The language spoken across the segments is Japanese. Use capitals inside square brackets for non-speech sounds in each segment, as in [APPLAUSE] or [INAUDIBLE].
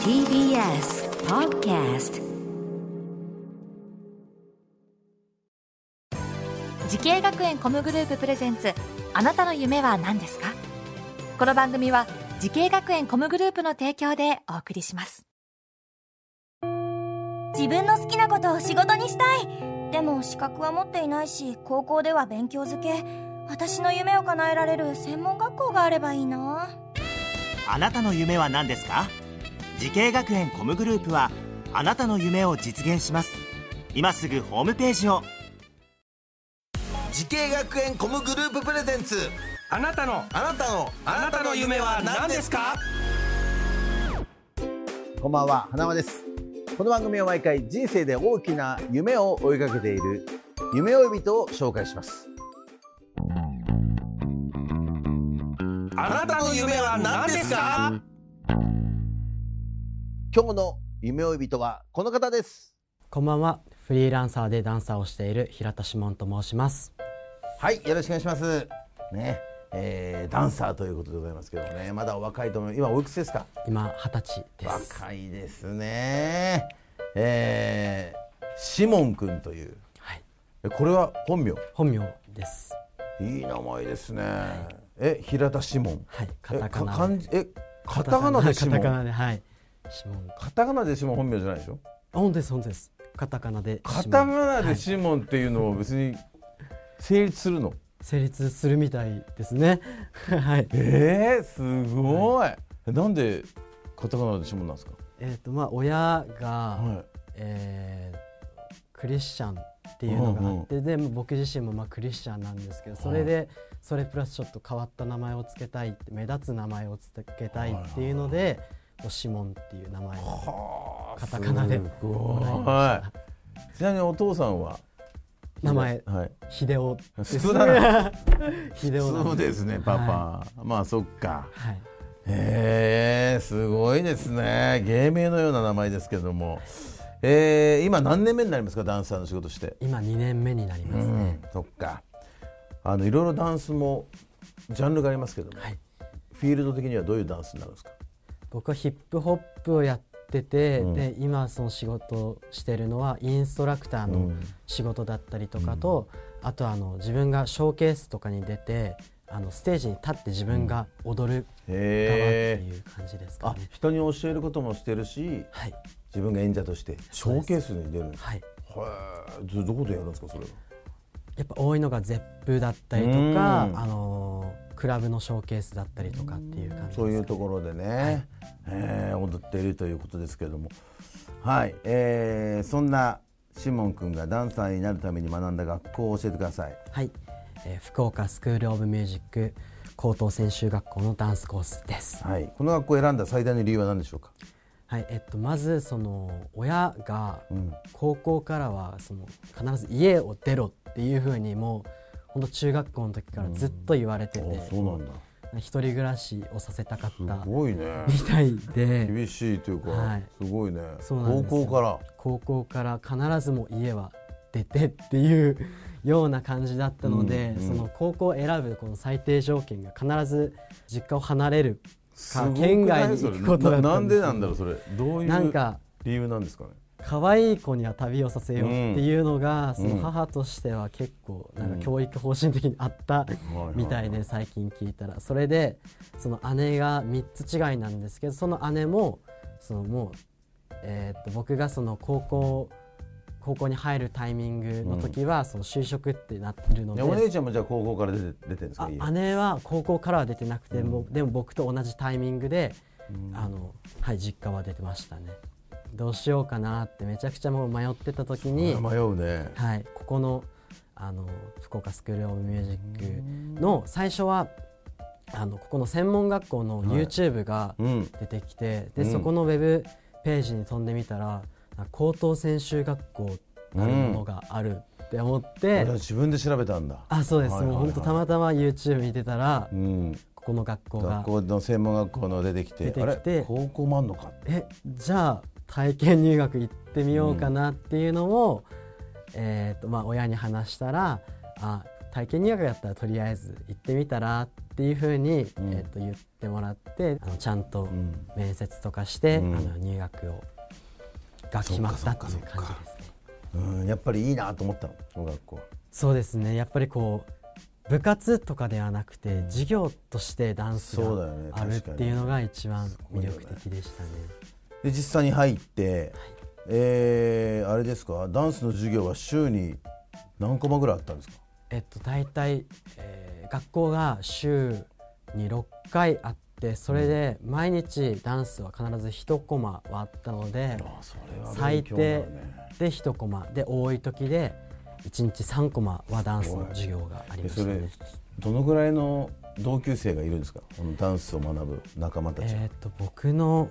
TBS Podcast 時系学園コムグループプレゼンツあなたの夢は何ですかこの番組は時系学園コムグループの提供でお送りします自分の好きなことを仕事にしたいでも資格は持っていないし高校では勉強づけ私の夢を叶えられる専門学校があればいいなあなたの夢は何ですか時系学園コムグループはあなたの夢を実現します今すぐホームページを時系学園コムグループプレゼンツあなたのあなたのあなたの夢は何ですかこんばんは花輪ですこの番組は毎回人生で大きな夢を追いかけている夢追い人を紹介しますあなたの夢は何ですか今日の夢追い人はこの方ですこんばんは。フリーランサーでダンサーをしている平田志門と申します。はいよろしくお願いしますね、えー、ダンサーということでございますけどもねまだお若いと思う今おいくつですか今二十歳です。若いですねえー、シモン君というはい。えこれは本名本名です。いい名前ですね、え平田シモンはい。カえタカかナ。漢字えカタカナでシモカンタカナではい。シモン。あカタカナでシモン本名じゃないでしょ本当です本当です。カタカナでシモン。カタカナでシモンっていうのを別に成立するの、成立するみたいですね。 [LAUGHS] はい。えー、すごい、なんでカタカナでシモンなんですかえっとまあ親がいえークリスチャンっていうのがあってで僕自身もまあクリスチャンなんですけどそれでそれプラスちょっと変わった名前をつけたいって目立つ名前をつけたいっていうのでもうシモンっていう名前にはあカタカナですもごらいいまちなみにお父さんは名前はい秀夫です普通だ [LAUGHS] 秀夫なそうんですねパパ、まあそっかはいへえすごいですね芸名のような名前ですけども、えー、今何年目になりますかダンサーの仕事して今2年目になりますうねん、そっかあのいろいろダンスもジャンルがありますけども、はいフィールド的にはどういうダンスになるんですか僕はヒップホップをやってて、で今その仕事をしてるのはインストラクターの仕事だったりとかと、あとはあの自分がショーケースとかに出てあのステージに立って自分が踊る側ってへえいう感じですかあね。人に教えることもしてるしはい自分が演者としてショーケースに出るんですはいかへえどどこでやるんですかそれはやっぱ多いのがゼップだったりとうんか、あのクラブのショーケースだったりとかっていう感じですかそねういうところでね、えー踊っているということですけれどもはい、えー、そんなシモン君がダンサーになるために学んだ学校を教えてくださいはい、えー福岡スクールオブミュージック高等専修学校のダンスコースです。はい、この学校を選んだ最大の理由は何でしょうかはいえっと、まずその親が高校からはその必ず家を出ろっていうふうにもう本当中学校の時からずっと言われてて、あそうなんだ一人暮らしをさせたかったすみごい [LAUGHS] ねたいで厳しいというか、はいすごいねそうなんですよ高校から高校から必ずもう家は出てっていうような感じだったので、その高校を選ぶこの最低条件が必ず実家を離れるすかごくない県外に行くこそれとだなったなんんでですなんだろうそれどういなんうか理由なんですかね可愛い子には旅をさせようっていうのが、そうんの母としては結構なんか教育方針的にあったはいはいみたいで最近聞いたらそれでその姉が3つ違いなんですけどその姉もそのもう、えーっと僕がその高校高校に入るタイミングの時はその就職ってなってるので、ねお姉ちゃんもじゃあ高校から出て出てるんですかあ家姉は高校からは出てなくて、もうでも僕と同じタイミングで、あのはい実家は出てましたねどうしようかなってめちゃくちゃもう迷ってた時に、迷うねはい、ここのあの福岡スクール・オブ・ミュージックの最初はあのここの専門学校の YouTube がうん出てきて、でそこのウェブページに飛んでみたらなんか高等専修学校なるものがあるって思って、俺は自分で調べたんだあそうです、はいはいはいもう本当たまたま YouTube 見てたら、うんここの学校が学校の専門学校の出てきて出てきてあれ高校もあんのかえじゃあ体験入学行ってみようかなっていうのを、えーとまあ、親に話したらあ体験入学だったらとりあえず行ってみたらっていうふうに、んえっと言ってもらってあのちゃんとん面接とかして、うんあの入学をが決まったっていうそ感っじかそっですかそっかね。うんやっぱりいいなと思ったの小学校そうですねやっぱりこう部活とかではなくて授業としてダンスそうだよねがあるっ確かにていうのが一番ごい魅よね力的でしたね。で実際に入って、えーあれですかダンスの授業は週に何コマぐらいあったんですかえっと大体、えー学校が週に6回あってそれで毎日ダンスは必ず1コマはあったので、そ最低で1コマで多い時で1日3コマはダンスの授業がありましそたれね。どのぐらいの同級生がいるんですかこのダンスを学ぶ仲間たちは、えーっと僕の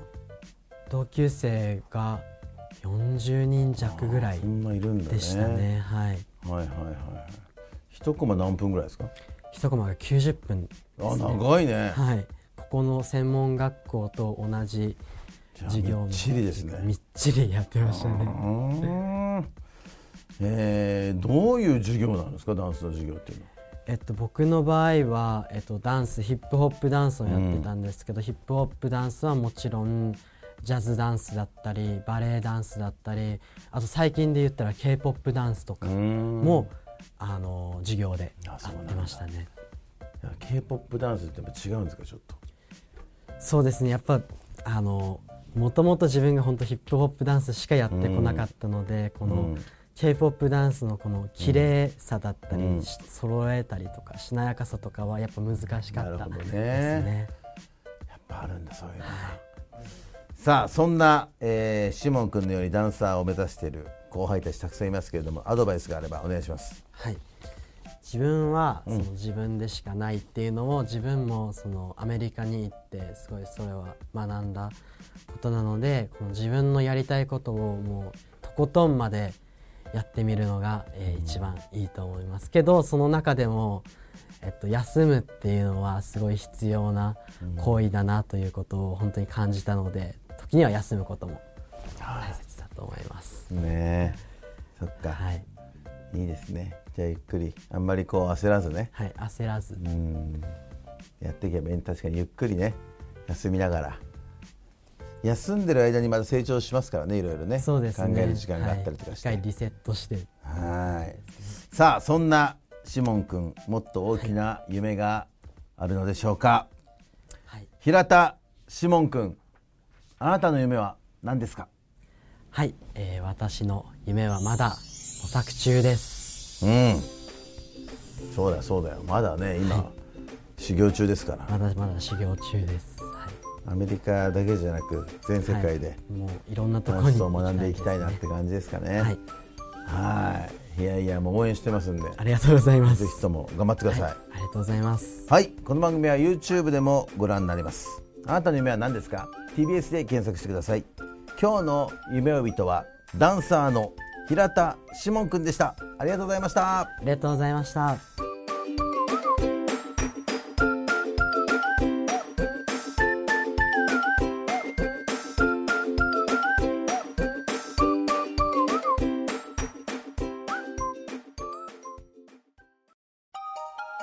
同級生が40人弱ぐらいそんないるんだねでしたね。はい。はいはいはいはい一コマ何分ぐらいですか一コマが90分ですね、あ長いね、はい。ここの専門学校と同じじゃあ授業のみっちりですねみっちりやってましたね。うーんえーどういう授業なんですかダンスの授業っていうのはえっと、僕の場合は、えっと、ダンスヒップホップダンスをやってたんですけど、ヒップホップダンスはもちろんジャズダンスだったりバレエダンスだったりあと最近で言ったら k p o p ダンスとかも、あの授業であそうなんっだてましたね。いや K-POP ダンスってやっぱ違うんですかちょっとそうですねやっぱあのもともと自分が本当ヒップホップダンスしかやってこなかったので、この、k p o p ダンスのこの綺麗さだったり、うんし揃えたりとかしなやかさとかはやっぱ難しかなるっほたどねですね。やっぱあるんだそういうのがさあそんな、えーシモン君のようにダンサーを目指している後輩たちたくさんいますけれどもアドバイスがあればお願いしますはい、自分はその自分でしかないっていうのを、自分もそのアメリカに行ってすごいそれは学んだことなのでこの自分のやりたいことをもうとことんまでやってみるのが、えー一番いいと思いますけどその中でも、えっと、休むっていうのはすごい必要な行為だなということを本当に感じたので時には休むことも大切だと思います。ねえそっか、はい、いいですねじゃあゆっくりあんまりこう焦らずねはい、焦らずうんやっていけばいい確かにゆっくりね休みながら休んでる間にまた成長しますからねいろいろねそうですね、考える時間があったりとかして、はい、一回リセットしてはい。さあそんなシモン君もっと大きな夢があるのでしょうか。はい、平田シモン君、あなたの夢は何ですか。はいえー私の夢はまだ模索中ですうん。そうだそうだよ。まだね今、修行中ですから。まだまだ修行中です、はアメリカだけじゃなく全世い、界で、はい、もういろんなとこダろンにスを学んでいきたいなって感じですかね。はい。はい。いやいやもう応援してますんで、ありがとうございますぜひとも頑張ってくださはいい、ありがとうございますはいこの番組は YouTube でもご覧になりますあなたの夢は何ですか TBS で検索してください今日の夢追い人はダンサーの平田志門くんでしたありがとうございましたありがとうございました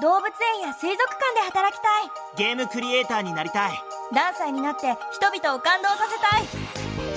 動物園や水族館で働きたいゲームクリエイターになりたい何歳になって人々を感動させたい